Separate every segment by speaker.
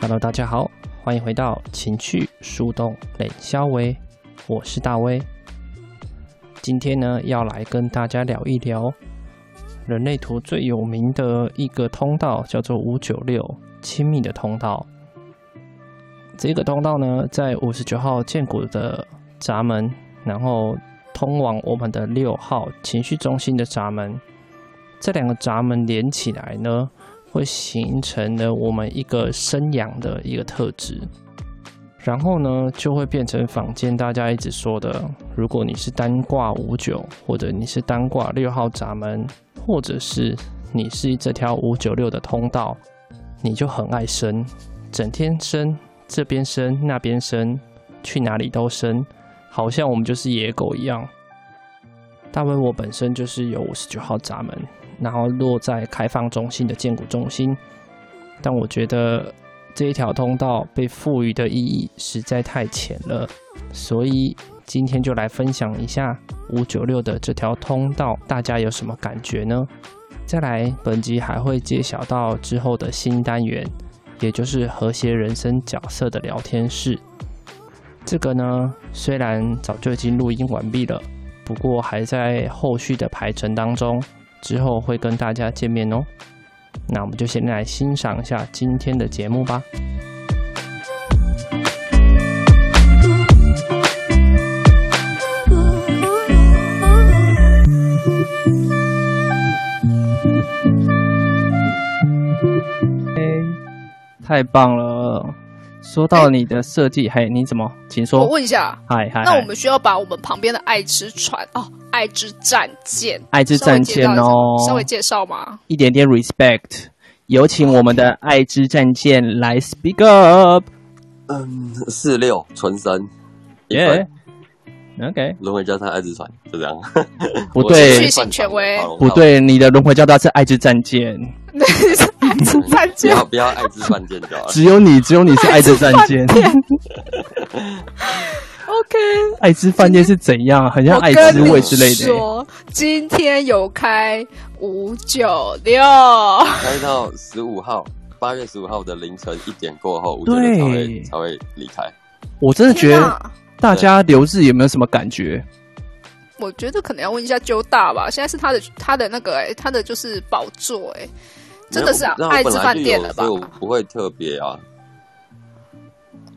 Speaker 1: Hello，大家好，欢迎回到情趣树洞冷肖威，我是大威。今天呢，要来跟大家聊一聊人类图最有名的一个通道，叫做五九六亲密的通道。这个通道呢，在五十九号建谷的闸门，然后通往我们的六号情绪中心的闸门，这两个闸门连起来呢，会形成了我们一个生养的一个特质。然后呢，就会变成坊间大家一直说的，如果你是单挂五九，或者你是单挂六号闸门，或者是你是这条五九六的通道，你就很爱生，整天生，这边生那边生，去哪里都生，好像我们就是野狗一样。大卫，我本身就是有五十九号闸门，然后落在开放中心的建股中心。但我觉得这一条通道被赋予的意义实在太浅了，所以今天就来分享一下五九六的这条通道，大家有什么感觉呢？再来，本集还会揭晓到之后的新单元，也就是和谐人生角色的聊天室。这个呢，虽然早就已经录音完毕了，不过还在后续的排程当中，之后会跟大家见面哦。那我们就先来欣赏一下今天的节目吧。太棒了！说到你的设计，嘿，你怎么？请
Speaker 2: 哎我
Speaker 1: 说。
Speaker 2: 问一下，
Speaker 1: 嗨嗨，
Speaker 2: 那
Speaker 1: 嗨
Speaker 2: 我们需要把我们旁边的爱之船哦，爱之战舰，
Speaker 1: 爱之战舰哦，
Speaker 2: 稍微介绍吗？
Speaker 1: 一点点 respect。有请我们的爱之战舰来 speak up，
Speaker 3: 嗯，四六纯生，一
Speaker 1: 耶、
Speaker 3: 份
Speaker 1: o k
Speaker 3: 轮回交叉二之船，就这样。
Speaker 1: 不
Speaker 2: 继
Speaker 1: 对
Speaker 2: 续，请权威
Speaker 3: 好
Speaker 1: 不，对，你的轮回教大是爱之战舰，
Speaker 2: 那是爱之 战
Speaker 3: 不
Speaker 2: 舰，
Speaker 3: 要不要爱之船见就好了。
Speaker 1: 只有你，只有你是爱之战 舰。
Speaker 2: OK。
Speaker 1: 爱之饭店是怎样？很像
Speaker 2: 我
Speaker 1: 爱
Speaker 2: 跟
Speaker 1: 之
Speaker 2: 你
Speaker 1: 味之类的、
Speaker 2: 说，今天有开五九六，
Speaker 3: 开到十五号，八月十五号的凌晨一点过后，我觉
Speaker 1: 对
Speaker 3: 得才会才会离开。
Speaker 1: 我真的觉
Speaker 2: 天
Speaker 1: 得
Speaker 2: 哪
Speaker 1: 大家留日有没有什么感觉？
Speaker 2: 我觉得可能要问一下揪大吧。现在是他的他的那个、欸，他的就是宝座、欸，真的是啊
Speaker 3: 没有
Speaker 2: 爱
Speaker 3: 我
Speaker 2: 之饭店了吧
Speaker 3: 那我本来就有所以我不会特别啊。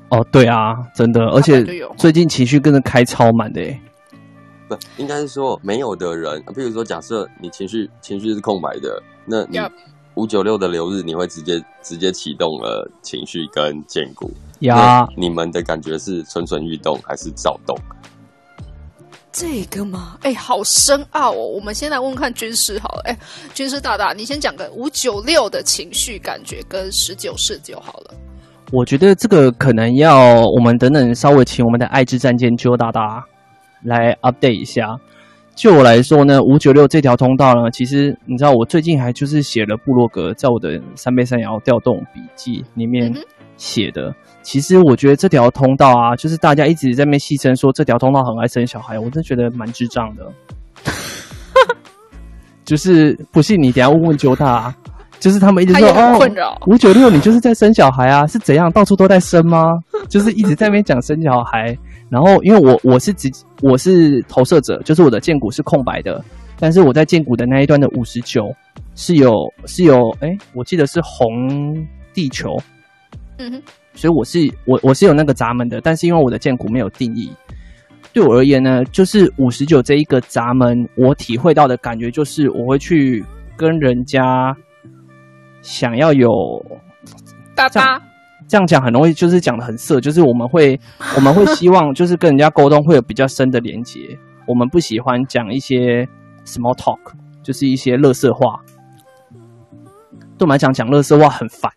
Speaker 1: 哦，对啊，真的，而且
Speaker 2: 本来就有
Speaker 1: 最近情绪跟着开超满的、欸，
Speaker 3: 不，应该是说没有的人，啊比如说假设你情绪情绪是空白的，那你
Speaker 2: Yup
Speaker 3: 五九六的流日，你会直接直接启动了情绪跟建骨。
Speaker 1: 呀
Speaker 3: 那，你们的感觉是蠢蠢欲动还是躁 动？
Speaker 2: 这个嘛，哎、好深奥哦。我们先来问问看军师好了，哎、军师大大，你先讲个五九六的情绪感觉跟十九四九好了。
Speaker 1: 我觉得这个可能要我们等等稍微请我们的爱之战舰啾大大来 update 一下。就我来说呢，五九六这条通道呢，其实你知道，我最近还就是写了部落格，在我的三杯三摇调动笔记里面
Speaker 2: 嗯哼
Speaker 1: 写的。其实我觉得这条通道啊，就是大家一直在那边戏称说这条通道很爱生小孩，我真的觉得蛮智障的。 就是不信你等一下问问九大、啊，就是他们一直
Speaker 2: 他
Speaker 1: 说
Speaker 2: 也很
Speaker 1: 哦，
Speaker 2: 困扰，
Speaker 1: 五九六，你就是在生小孩啊？是怎样？到处都在生吗？就是一直在那边讲生小孩。然后，因为我我是直我是投射者，就是我的剑骨是空白的，但是我在剑骨的那一端的五十九是有是有，哎、我记得是红地球，
Speaker 2: 嗯哼，
Speaker 1: 所以我是我我是有那个闸门的，但是因为我的剑骨没有定义，对我而言呢，就是五十九这一个闸门，我体会到的感觉就是我会去跟人家想要有
Speaker 2: 大大，
Speaker 1: 这样讲很容易就是讲的很色，就是我们会 我们会希望就是跟人家沟通会有比较深的连接，我们不喜欢讲一些 small talk，就是一些乐色话。对我们来讲讲乐色话很烦，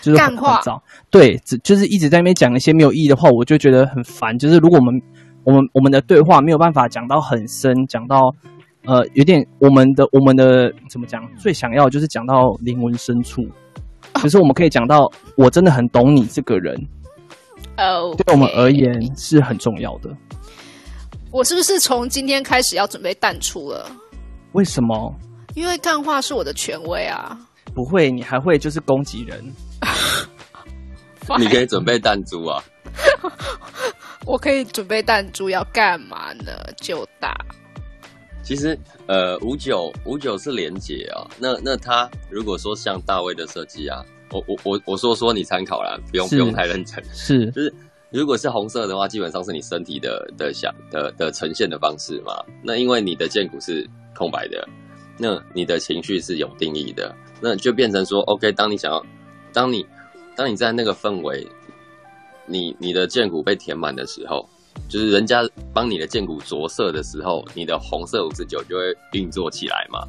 Speaker 1: 就是很
Speaker 2: 干话
Speaker 1: 很糟。对，只就是一直在那边讲一些没有意义的话，我就觉得很烦。就是如果我们我们我们的对话没有办法讲到很深，讲到呃有点我们的我们的怎么讲，最想要就是讲到灵魂深处。就是我们可以讲到，我真的很懂你这个人，
Speaker 2: 哦，
Speaker 1: 对我们而言是很重要的。
Speaker 2: 我是不是从今天开始要准备淡出了？
Speaker 1: 为什么
Speaker 2: 因为干话是我的权威啊。
Speaker 1: 不会？你还会就是攻击人？
Speaker 3: 你可以准备弹珠啊，
Speaker 2: 我可以准备弹珠，要干嘛呢？就打。
Speaker 3: 其实，呃，五九五九是连结啊、那那他如果说像大卫的设计啊，我我我我说说你参考啦，不用
Speaker 1: 是
Speaker 3: 不用太认真。
Speaker 1: 是
Speaker 3: 如果是红色的话，基本上是你身体的的想的的呈现的方式嘛。那因为你的剑骨是空白的，那你的情绪是有定义的，那就变成说，OK，当你想要，当你当你在那个氛围，你你的剑骨被填满的时候，就是人家帮你的剑骨着色的时候，你的红色五十九就会运作起来嘛。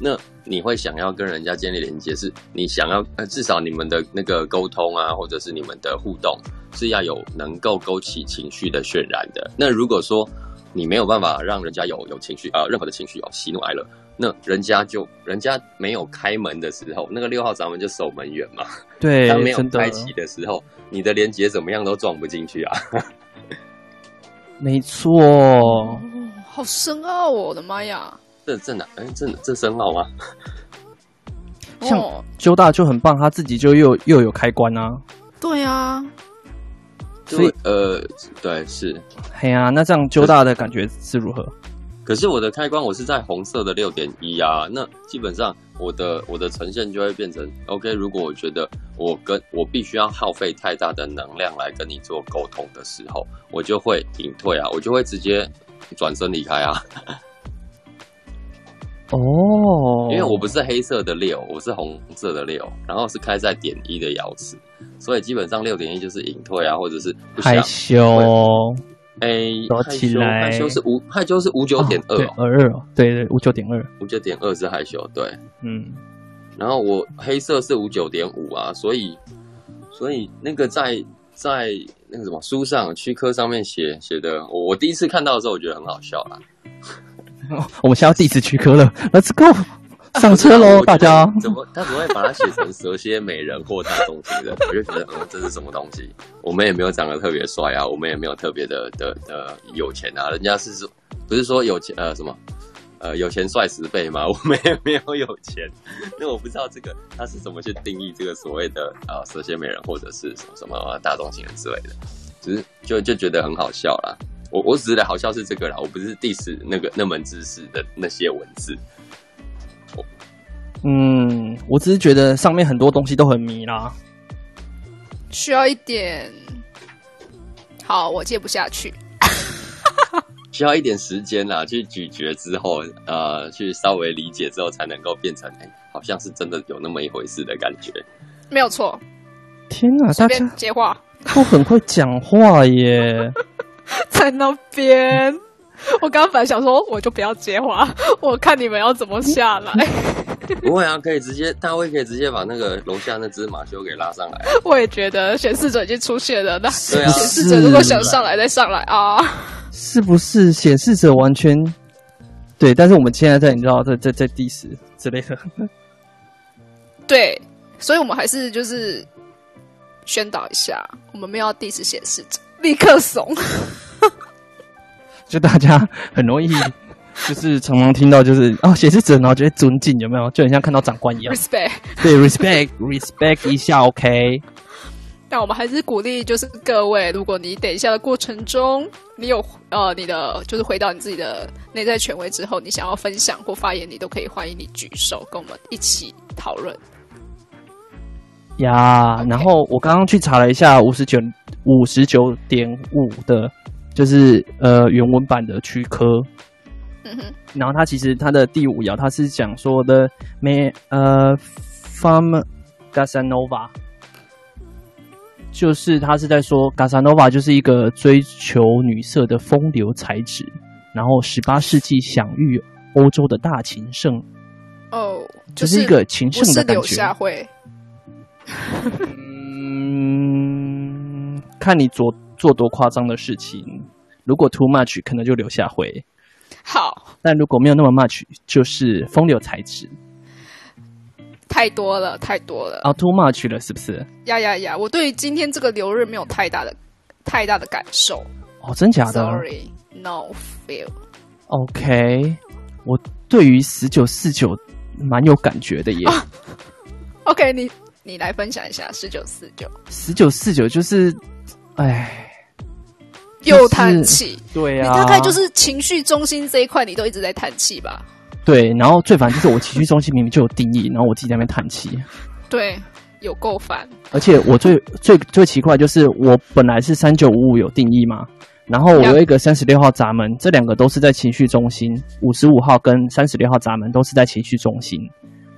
Speaker 3: 那你会想要跟人家建立连接，是你想要呃，至少你们的那个沟通啊，或者是你们的互动，是要有能够勾起情绪的渲染的。那如果说你没有办法让人家有有情绪啊、呃任何的情绪有喜怒哀乐，那人家就人家没有开门的时候，那个六号闸门就守门员嘛。
Speaker 1: 对
Speaker 3: 他没，有
Speaker 1: 真的
Speaker 3: 开启的时候，你的连接怎么样都撞不进去啊。
Speaker 1: 没错
Speaker 2: 哦。，好深奥哦！我的妈呀！
Speaker 3: 这这哪？哎，这这深奥吗？
Speaker 1: 像
Speaker 2: 哦，
Speaker 1: 揪大就很棒，他自己就又又有开关啊。
Speaker 2: 对啊，
Speaker 1: 所以
Speaker 3: 就呃，对是。
Speaker 1: 嘿呀、那这样揪大的感觉是如何？
Speaker 3: 可是我的开关我是在红色的六点一啊，那基本上我的我的呈现就会变成 OK。如果我觉得我跟我必须要耗费太大的能量来跟你做沟通的时候，我就会隐退啊，我就会直接转身离开啊，
Speaker 1: 哦，
Speaker 3: 因为我不是黑色的六，我是红色的六，然后是开在点一的爻辞，所以基本上六点一就是隐退啊，或者是不想
Speaker 1: 害羞
Speaker 3: 哎、
Speaker 1: 躲
Speaker 3: 害
Speaker 1: 起
Speaker 3: 羞
Speaker 1: 来
Speaker 3: 害羞是五害羞是五九点二
Speaker 1: 对，二二哦，对对，五九点二，
Speaker 3: 五九点二是害羞对。
Speaker 1: 嗯，
Speaker 3: 然后我黑色是五九点五啊，所以所以那个在在那个什么书上区科上面写写的，我我第一次看到的时候，我觉得很好笑啦。
Speaker 1: 我们现在要弟子取科了，Let's go，上车
Speaker 3: 我觉
Speaker 1: 喽，
Speaker 3: 得
Speaker 1: 大家。
Speaker 3: 怎么他怎么会把它写成蛇蝎美人或大众情 人？我就觉得，嗯，这是什么东西？我们也没有长得特别帅啊，我们也没有特别的的的有钱啊，人家是说不是说有钱呃什么？呃，有钱帅十倍吗？ 我们也没有有钱，那我不知道这个他是怎么去定义这个所谓的呃蛇蝎美人或者是什么什么大众情人之类的，只是就就觉得很好笑啦。我我只是好笑是这个啦，我不是 diss 那个那门知识的那些文字，
Speaker 1: 嗯，我只是觉得上面很多东西都很迷啦。
Speaker 2: 需要一点。好，我接不下去。
Speaker 3: 需要一点时间啦，去咀嚼之后，呃，去稍微理解之后，才能够变成，哎、好像是真的有那么一回事的感觉。
Speaker 2: 没有错，
Speaker 1: 天哪，
Speaker 2: 随
Speaker 1: 大
Speaker 2: 便
Speaker 1: 家
Speaker 2: 接话，
Speaker 1: 都很会讲话耶！
Speaker 2: 在那边。我刚刚本来想说，我就不要接话，我看你们要怎么下来。
Speaker 3: 不会啊，可以直接，大卫可以直接把那个楼下那只马修给拉上 来。啊
Speaker 2: 我也觉得显示者已经出现了，那
Speaker 3: 对
Speaker 2: 显
Speaker 3: 啊
Speaker 2: 示者如果想上来再上来啊。
Speaker 1: 是不是显示者完全对？但是我们现在在你知道在在在 diss 之类的，
Speaker 2: 对，所以我们还是就是宣导一下，我们没有要 diss 显示者，立刻怂。
Speaker 1: 就大家很容易就是常常听到就是哦显示者，然后觉得尊敬有没有？就很像看到长官一样，
Speaker 2: respect。
Speaker 1: 对 respect respect 一下 OK。
Speaker 2: 但我们还是鼓励，就是各位，如果你等一下的过程中，你有呃你的就是回到你自己的内在权威之后，你想要分享或发言，你都可以欢迎你举手，跟我们一起讨论。
Speaker 1: 呀
Speaker 2: OK
Speaker 1: 然后我刚刚去查了一下五十九五十九点五的，就是呃原文版的区科，
Speaker 2: 嗯哼，
Speaker 1: 然后它其实它的第五爻它是讲说的没呃 from Gasanova，就是他是在说 Gasanova 就是一个追求女色的风流才子，然后十八世纪享誉欧洲的大情圣
Speaker 2: 哦，
Speaker 1: 这
Speaker 2: 就是
Speaker 1: 一个情
Speaker 2: 不
Speaker 1: 圣
Speaker 2: 是
Speaker 1: 的感
Speaker 2: 柳
Speaker 1: 觉。
Speaker 2: 下惠，
Speaker 1: 嗯，看你做做多夸张的事情，如果 too much 可能就留下回，
Speaker 2: 好，
Speaker 1: 但如果没有那么 much，就是风流才子。
Speaker 2: 太多了，太多了。
Speaker 1: 啊，too much 了是不是？
Speaker 2: 呀呀呀！我对于今天这个流日没有太大的太大的感受。
Speaker 1: 哦，真假的
Speaker 2: Sorry，no feel。
Speaker 1: ？OK，我对于十九四九蛮有感觉的耶。
Speaker 2: 啊 OK，你你来分享一下十九四九
Speaker 1: 十九四九就是，哎，就是
Speaker 2: 又叹气，
Speaker 1: 对啊
Speaker 2: 你
Speaker 1: 呀、
Speaker 2: 大概就是情绪中心这一块，你都一直在叹气吧？
Speaker 1: 对，然后最烦就是我情绪中心明明就有定义，然后我自己在那边叹气。
Speaker 2: 对，有够烦。
Speaker 1: 而且我最最最奇怪就是，我本来是三九五五有定义嘛，然后我
Speaker 2: Yeah.
Speaker 1: 有一个三十六号闸门，这两个都是在情绪中心，五十五号跟三十六号闸门都是在情绪中心。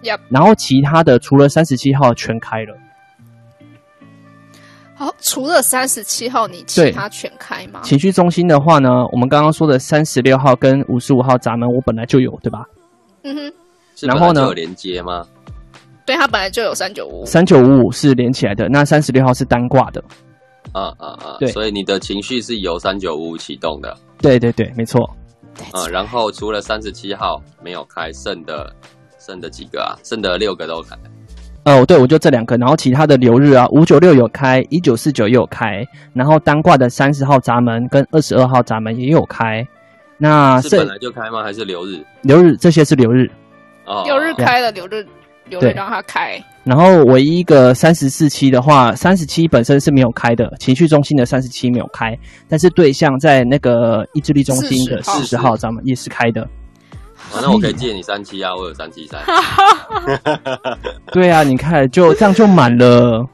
Speaker 2: Yep.
Speaker 1: 然后其他的除了三十七号全开了，
Speaker 2: 好，除了三十七号，你其
Speaker 1: 对
Speaker 2: 他全开吗？
Speaker 1: 情绪中心的话呢，我们刚刚说的三十六号跟五十五号闸门，我本来就有，对吧？
Speaker 2: 嗯哼，
Speaker 3: 是
Speaker 1: 然
Speaker 3: 本
Speaker 1: 后
Speaker 3: 来
Speaker 1: 呢
Speaker 3: 就有连接吗？
Speaker 2: 对他本来就有三九五，
Speaker 1: 三九五五是连起来的，那三十六号是单挂的。
Speaker 3: 啊啊啊
Speaker 1: 对！
Speaker 3: 所以你的情绪是由三九五启动的，
Speaker 1: 对对对，没错。
Speaker 3: 啊，然后除了三十七号没有开，剩的剩的几个啊，剩的六个都开，
Speaker 1: 哦，对，我就这两个，然后其他的留日啊，五九六有开，一九四九也有开，然后单挂的三十号闸门跟二十二号闸门也有开。那
Speaker 3: 是本
Speaker 1: 这
Speaker 3: 来就开吗？还是留日？
Speaker 1: 留日这些是留日，
Speaker 3: 哦，
Speaker 2: 六日
Speaker 3: 哦
Speaker 2: 开了，六日六
Speaker 1: 对
Speaker 2: 日让他开。
Speaker 1: 然后唯一一个三十四期的话，三十七本身是没有开的，情绪中心的三十七没有开，但是对象在那个意志力中心的四十
Speaker 3: 40
Speaker 1: 号闸门也是开的。
Speaker 3: 哦那我可以借你三七啊，我有三七三。
Speaker 1: 对啊，你看就这样就满了。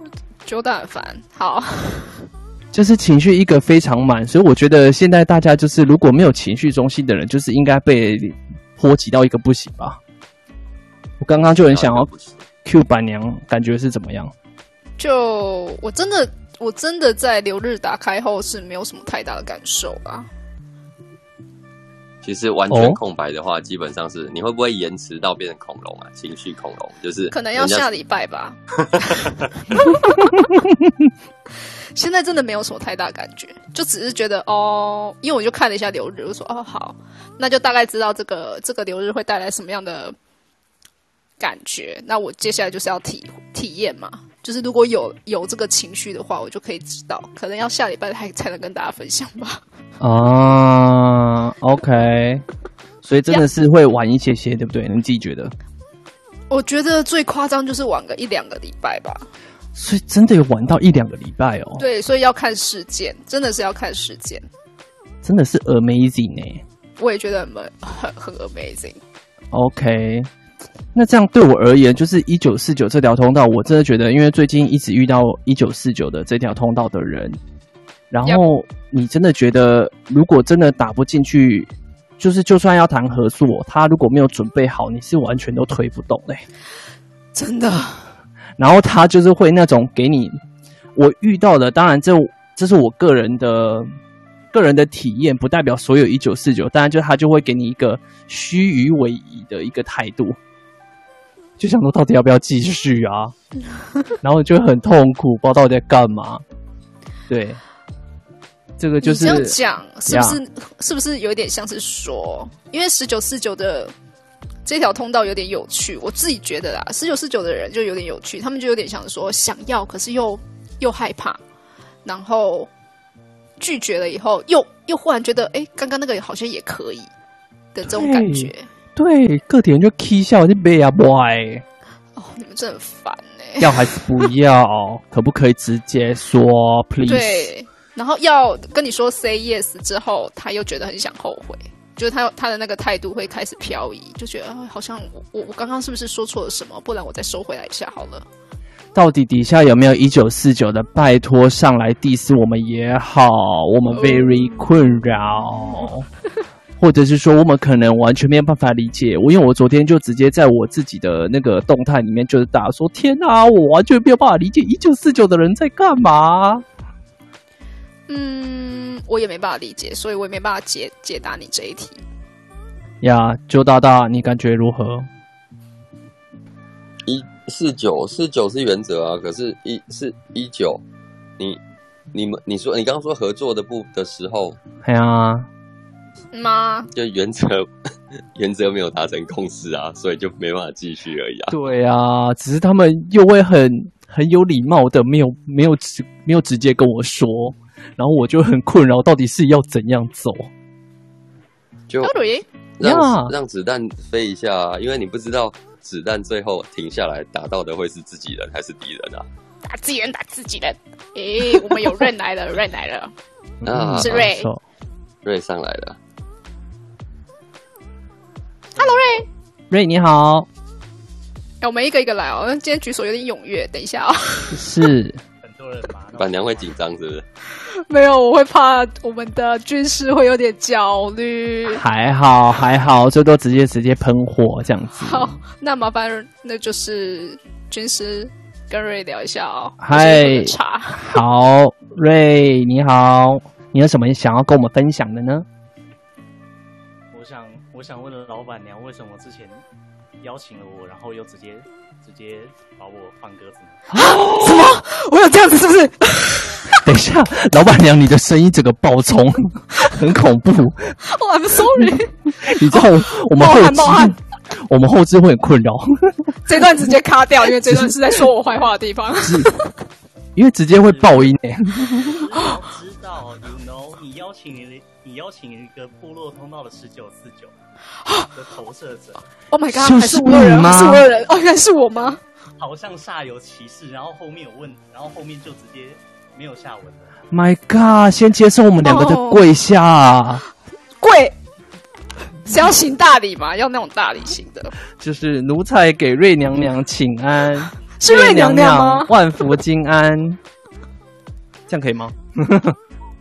Speaker 2: 九蛋烦，好，
Speaker 1: 就是情绪一个非常满，所以我觉得现在大家就是如果没有情绪中心的人，就是应该被波及到一个不行吧。我刚刚就很想要
Speaker 3: 啊
Speaker 1: Q 板娘，感觉是怎么样？
Speaker 2: 就我真的我真的在留日打开后是没有什么太大的感受啊。
Speaker 3: 其实完
Speaker 1: 哦
Speaker 3: 全空白的话，基本上是你会不会延迟到变成恐龙啊？情绪恐龙就是
Speaker 2: 可能要
Speaker 3: 人家
Speaker 2: 下礼拜 吧。现在真的没有什么太大感觉，就只是觉得哦，因为我就看了一下流日，我说哦好，那就大概知道这个这个流日会带来什么样的感觉。那我接下来就是要体体验嘛，就是如果有有这个情绪的话，我就可以知道，可能要下礼拜才才能跟大家分享吧。
Speaker 1: 啊，OK，所以真的是会晚一些些，对不对？你自己觉得？
Speaker 2: 我觉得最夸张就是晚个一两个礼拜吧。
Speaker 1: 哦所以真的有晚到一两个礼拜哦，，
Speaker 2: 对，所以要看事件，真的是要看事件。
Speaker 1: 真的是 amazing 欸呢、
Speaker 2: 我也觉得很很很 amazing。
Speaker 1: OK，那这样对我而言，就是一九四九这条通道，我真的觉得，因为最近一直遇到一九四九的这条通道的人，然后你真的觉得，如果真的打不进去，就是就算要谈合作，他如果没有准备好，你是完全都推不动嘞、
Speaker 2: 真的，
Speaker 1: 然后他就是会那种给你，我遇到的，当然这这是我个人的个人的体验，不代表所有一九四九，当然就他就会给你一个虚与委蛇的一个态度，就想说到底要不要继续 啊，然后就很痛苦，不知道到底在干嘛，对。这个就
Speaker 2: 你
Speaker 1: 是
Speaker 2: 这样讲是不是是不是有点像是说，因为十九四九的这条通道有点有趣，我自己觉得啦，十九四九的人就有点有趣，他们就有点像说想要，可是又又害怕，然后拒绝了以后，又又忽然觉得，哎，刚刚那个好像也可以的这种感
Speaker 1: 对
Speaker 2: 觉。
Speaker 1: 对个体人就 k 笑就被啊 boy，
Speaker 2: 哦，你们真的很烦哎、
Speaker 1: 要还是不要？可不可以直接说 please？
Speaker 2: 对，然后要跟你说 say yes 之后，他又觉得很想后悔，就是他他的那个态度会开始漂移，就觉得、啊、好像我我我刚刚是不是说错了什么？不然我再收回来一下好了。
Speaker 1: 到底底下有没有一九四九的？拜托上来 diss 我们也好，我们 very 困扰，或者是说我们可能完全没有办法理解。我因为我昨天就直接在我自己的那个动态里面就是打说：天啊，我完全没有办法理解一九四九的人在干嘛。
Speaker 2: 嗯，我也没办法理解，所以我也没办法解解答你这一题。
Speaker 1: 呀，周大大，你感觉如何？
Speaker 3: 一四九四九是原则啊，可是一是一九，你你们你说你刚刚说合作的部的时候，
Speaker 1: 哎呀，
Speaker 2: 吗？
Speaker 3: 就原则 原则没有达成共识啊，所以就没办法继续而已 啊。
Speaker 1: 对啊，只是他们又会很很有礼貌的，没有没有直没有直接跟我说，然后我就很困扰，到底是要怎样走？
Speaker 3: 就
Speaker 2: 阿蕊，
Speaker 3: 让
Speaker 1: 呀
Speaker 3: 让子弹飞一下、啊，因为你不知道子弹最后停下来打到的会是自己人还是敌人啊。
Speaker 2: 打自己人，打自己人。诶、我们有润来 了，润来了。
Speaker 3: 啊
Speaker 2: 是瑞
Speaker 1: 嗯没错
Speaker 3: 瑞上来了，
Speaker 2: Hello，瑞。
Speaker 1: 瑞你好，
Speaker 2: 哎我们一个一个来哦，今天举手有点踊跃，等一下哦。
Speaker 1: 是
Speaker 4: 很多人嘛，
Speaker 3: 板娘会紧张是不是？
Speaker 2: 没有，我会怕我们的军师会有点焦虑。
Speaker 1: 还好还好，最多直接直接喷火这样子。
Speaker 2: 好，那麻烦那就是军师跟瑞聊一下哦。
Speaker 1: 嗨
Speaker 2: 就是有个茶，
Speaker 1: 好，瑞你好，你有什么想要跟我们分享的呢？
Speaker 4: 我想我想问老板娘，为什么之前邀请了我，然后又直接直接把我放鸽子呢？
Speaker 2: 我有这样子是不是？
Speaker 1: 等一下，老板娘，你的声音整个爆冲， 很恐怖。
Speaker 2: 我 Oh, I'm sorry，
Speaker 1: 你知道我我们
Speaker 2: 冒
Speaker 1: 后
Speaker 2: 汗冒汗
Speaker 1: 期，我们后置会很困扰，
Speaker 2: 这段直接卡掉，因为这段是在说我坏话的地 方。
Speaker 1: 因为直接会爆音欸诶。
Speaker 4: 知道，you know，你邀请你你邀请一个部落通道的十九四九的投射者，
Speaker 2: Oh my god，
Speaker 1: 是
Speaker 2: 还是我的
Speaker 1: 是你
Speaker 2: 人，
Speaker 1: 吗
Speaker 2: 还是我的人，哦，原来是我吗？
Speaker 4: 好像煞有其事，然后后面有问，然后后面就直接没有下文了。
Speaker 1: My God，先接受我们两个的
Speaker 2: 哦
Speaker 1: 跪下。
Speaker 2: 跪，是要行大礼吗？要那种大礼型的，
Speaker 1: 就是奴才给瑞娘娘请安，
Speaker 2: 是瑞娘娘吗？
Speaker 1: 万福金安， 这样可以吗？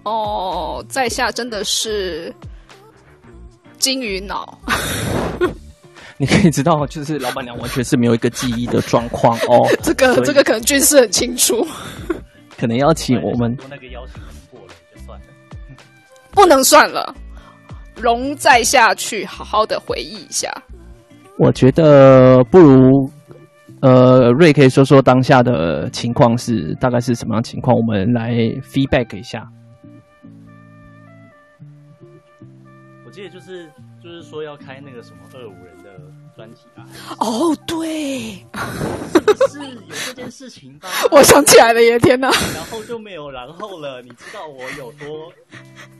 Speaker 2: 哦，在下真的是金鱼脑，
Speaker 1: 你可以知道，就是老板娘完全是没有一个记忆的状况 哦，
Speaker 2: 这个
Speaker 1: 所以
Speaker 2: 这个可能军师很清楚，
Speaker 1: 可能要请我们
Speaker 4: 说那个邀请过了就算了。
Speaker 2: 不能算了。容在下去好好的回忆一下，
Speaker 1: 我觉得不如，呃，瑞可以说说当下的情况是大概是什么样的情况，我们来 feedback 一下。
Speaker 4: 我记得就是就是说要开那个什么二五人的专辑吧，
Speaker 2: 哦，对，
Speaker 4: 是有这件事情吧？
Speaker 2: 我想起来了耶！天哪，
Speaker 4: 然后就没有然后了，你知道我有多，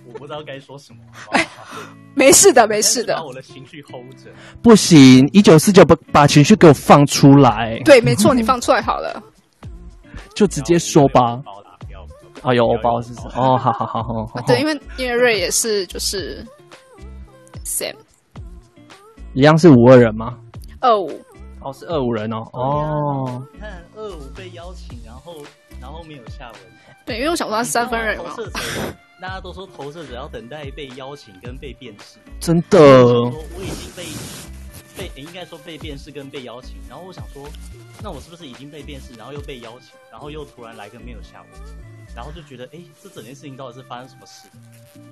Speaker 4: 我不知道该说什么。好不好
Speaker 2: 没事的，没事
Speaker 4: 但
Speaker 2: 的
Speaker 4: 把，我的情绪 hold 着。
Speaker 1: 不行，一九四九把把情绪给我放出来，，
Speaker 2: 对，没错，你放出来好了。
Speaker 1: 就直接说吧。
Speaker 4: 包打不要
Speaker 1: 啊，有欧包是不是？哦，好好好好好，
Speaker 2: 对，因为因为瑞也是就是 Sam
Speaker 1: 一样是五二人吗？
Speaker 2: 二五，
Speaker 1: 哦，是二五人哦。哦，
Speaker 4: 你看二五被邀请，然后然后没有下文。
Speaker 2: 对，因为我想说他是啊三分人
Speaker 4: 投
Speaker 2: 嘛，
Speaker 4: 射者， 大家都说投射者要等待被邀请跟被辨识。
Speaker 1: 真
Speaker 4: 我
Speaker 1: 的
Speaker 4: 想说我已经被被应该说被辨识跟被邀请，然后我想说，那我是不是已经被辨识，然后又被邀请，然后又突然来个没有下文，然后就觉得，哎，这整件事情到底是发生什么事？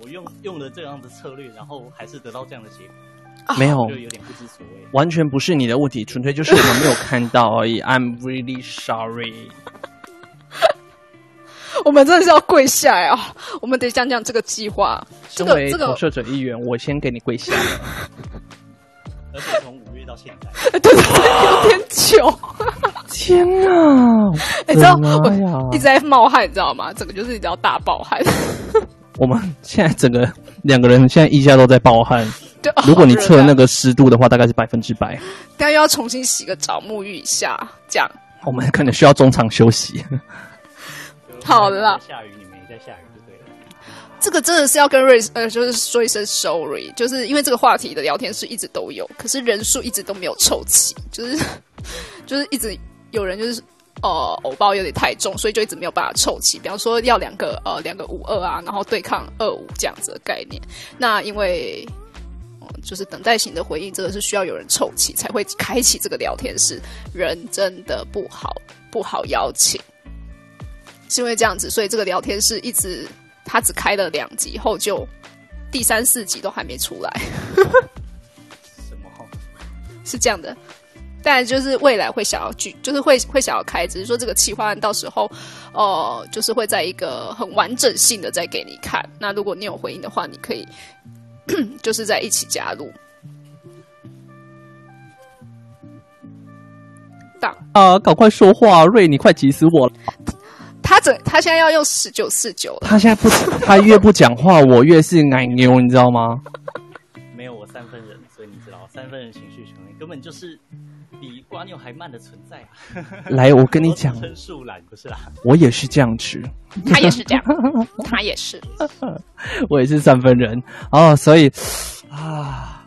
Speaker 4: 我用用了这样的策略，然后还是得到这样的结果，
Speaker 1: 没有，
Speaker 4: 就有点不知所谓。
Speaker 1: 完全不是你的问题，纯粹就是我们没有看到而 已。I'm really sorry。
Speaker 2: 我们真的是要跪下呀、我们得讲讲这个计划，这
Speaker 1: 身
Speaker 2: 个
Speaker 1: 为
Speaker 2: 这个
Speaker 1: 投射者一员，我先给你跪下。
Speaker 4: 而且从五月到现在，
Speaker 2: 哎有点 久。
Speaker 1: 天啊！
Speaker 2: 你知道
Speaker 1: 我的
Speaker 2: 我
Speaker 1: 妈呀
Speaker 2: 一直在冒汗，你知道吗？整个就是你知道大爆汗。
Speaker 1: 我们现在整个两个人现在腋下都在爆汗。
Speaker 2: 对，哦
Speaker 1: 如果你测那
Speaker 2: 个，
Speaker 1: 个湿度的话，大概是百分之百。
Speaker 2: 刚刚又要重新洗个澡，沐浴一下，这样
Speaker 1: 我们可能需要中场休息。
Speaker 4: 就
Speaker 2: 好了啦
Speaker 4: 下雨你们也在下雨就对了。
Speaker 2: 这个真的是要跟瑞呃，就是说一声 sorry，就是因为这个话题的聊天室一直都有，可是人数一直都没有凑齐，就是就是一直有人就是呃偶包有点太重，所以就一直没有办法凑齐。比方说要两个呃两个五二啊，然后对抗二五这样子的概念。那因为、呃就是等待型的回应，真的是需要有人凑齐才会开启这个聊天室，人真的不好不好邀请。是因为这样子，所以这个聊天室一直他只开了两集，后就第三四集都还没出来，
Speaker 4: 什么？
Speaker 2: 是这样的。但就是未来会想要举，就是会会想要开，只是说这个企划案到时候，呃，就是会在一个很完整性的再给你看。那如果你有回应的话，你可以就是在一起加入。
Speaker 1: 啊，赶快说话，瑞，你快急死我了！
Speaker 2: 他整他现在要用十九四九了，
Speaker 1: 他现在不，他越不讲话，我越是奶牛，你知道吗？
Speaker 4: 没有我三分人，所以你知道三分人情绪权威根本就是比瓜牛还慢的存在啊！
Speaker 1: 来，我跟你讲
Speaker 4: 我，只称树懒不是啊啦，
Speaker 1: 我也是这样子，
Speaker 2: 他也是这样，他也是。
Speaker 1: 我也是三分人哦，所以啊，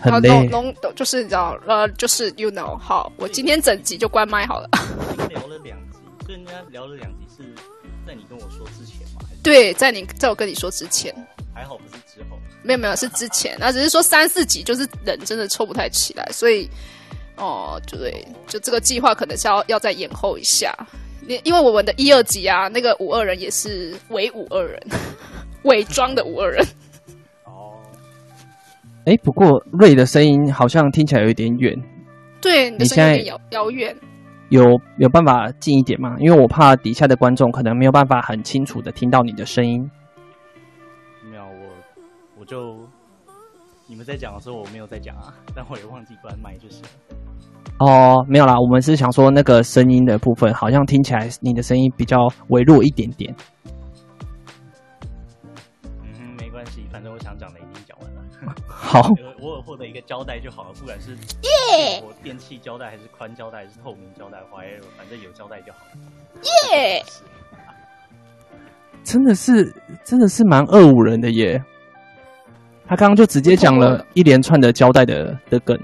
Speaker 1: 很
Speaker 2: 然后
Speaker 1: 累
Speaker 2: 农。农就是你知道，呃，就是 you know，好，我今天整集就关麦好了。
Speaker 4: 已经聊了两集，所以人家聊哦了两集是 在你跟我说之前嘛，还是
Speaker 2: 对，在你在我跟你说之前，
Speaker 4: 还好不是之后？
Speaker 2: 没有没有是之前，那只是说三四集就是人真的抽不太起来，所以哦，就对，就这个计划可能是要要再延后一下。因因为我们的一二集啊，那个五二人也是伪五二人， 伪装的五二人。
Speaker 4: 哦，
Speaker 1: 哎、不过瑞的声音好像听起来有一点远，
Speaker 2: 对，你的
Speaker 1: 你
Speaker 2: 声音有
Speaker 1: 现
Speaker 2: 点遥遥远。
Speaker 1: 有有办法近一点吗？因为我怕底下的观众可能没有办法很清楚的听到你的声音。
Speaker 4: 没有我我就你们在讲的时候我没有在讲啊，但我也忘记关麦就是了。
Speaker 1: 哦，没有啦，我们是想说那个声音的部分，好像听起来你的声音比较微弱一点点。
Speaker 4: 嗯哼，没关系，反正我想讲的已经讲完了，
Speaker 1: 好，
Speaker 4: 呃我有获得一个胶带就好了，不管是我电器胶带还是宽胶带还是透明胶带，whatever，反正有胶带就好了。
Speaker 2: 耶、
Speaker 4: 是
Speaker 1: 真的是真的是蛮二五人的耶。他刚刚就直接讲了一连串的交代的的梗，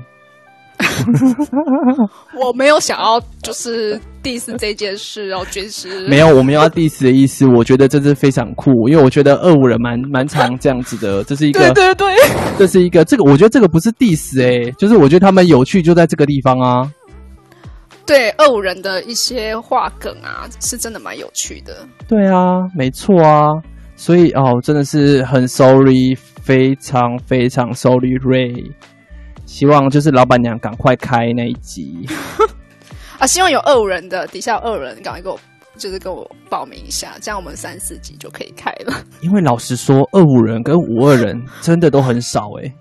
Speaker 2: 我没有想要就是 diss 这件事哦，军师
Speaker 1: 没有我们要 diss 的意思，我觉得这是非常酷，因为我觉得二五人蛮蛮常这样子 的，这是一个
Speaker 2: 对对对，
Speaker 1: 这是一个这个，我觉得这个不是 diss 哎、就是我觉得他们有趣就在这个地方啊。
Speaker 2: 对二五人的一些话梗啊，是真的蛮有趣的。
Speaker 1: 对啊，没错啊，所以哦，真的是很 sorry，非常非常 sorry Ray，希望就是老板娘赶快开那一集。
Speaker 2: 啊，希望有二五人的底下有二五人，赶快给我就是跟我报名一下，这样我们三四集就可以开了。
Speaker 1: 因为老实说，二五人跟五二人真的都很少欸诶、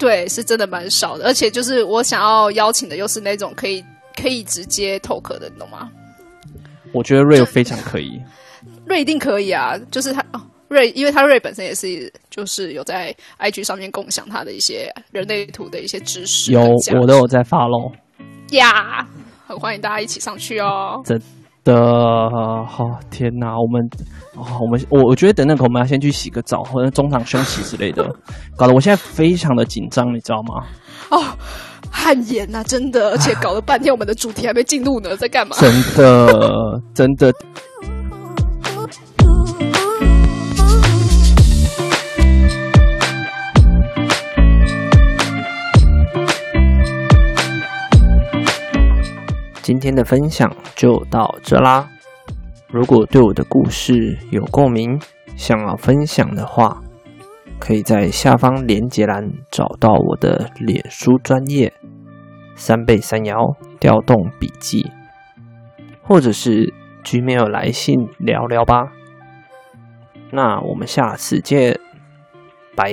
Speaker 2: 对，是真的蛮少的，而且就是我想要邀请的又是那种可以可以直接透壳的，你懂吗？
Speaker 1: 我觉得 Ray 非常可以。
Speaker 2: 瑞一定可以啊，就是他哦，瑞，因为他瑞本身也是就是有在 IG 上面共享他的一些人类图的一些知识
Speaker 1: 有
Speaker 2: 跟价值，
Speaker 1: 我都有在 follow
Speaker 2: 呀很欢迎大家一起上去哦。
Speaker 1: 的，好、天哪，我们哦，我们我我觉得等等，我们要先去洗个澡或者中场休息之类的，搞得我现在非常的紧张，你知道吗？
Speaker 2: 哦汗颜呐、真的，而且搞了半天，我们的主题还没进入呢，在干嘛？
Speaker 1: 真的真的
Speaker 5: 今天的分享就到这啦。如果对我的故事有共鸣，想要分享的话，可以在下方连结栏找到我的脸书专业“三倍三摇调动笔记”，或者是 Gmail 来信聊聊吧。那我们下次见，拜。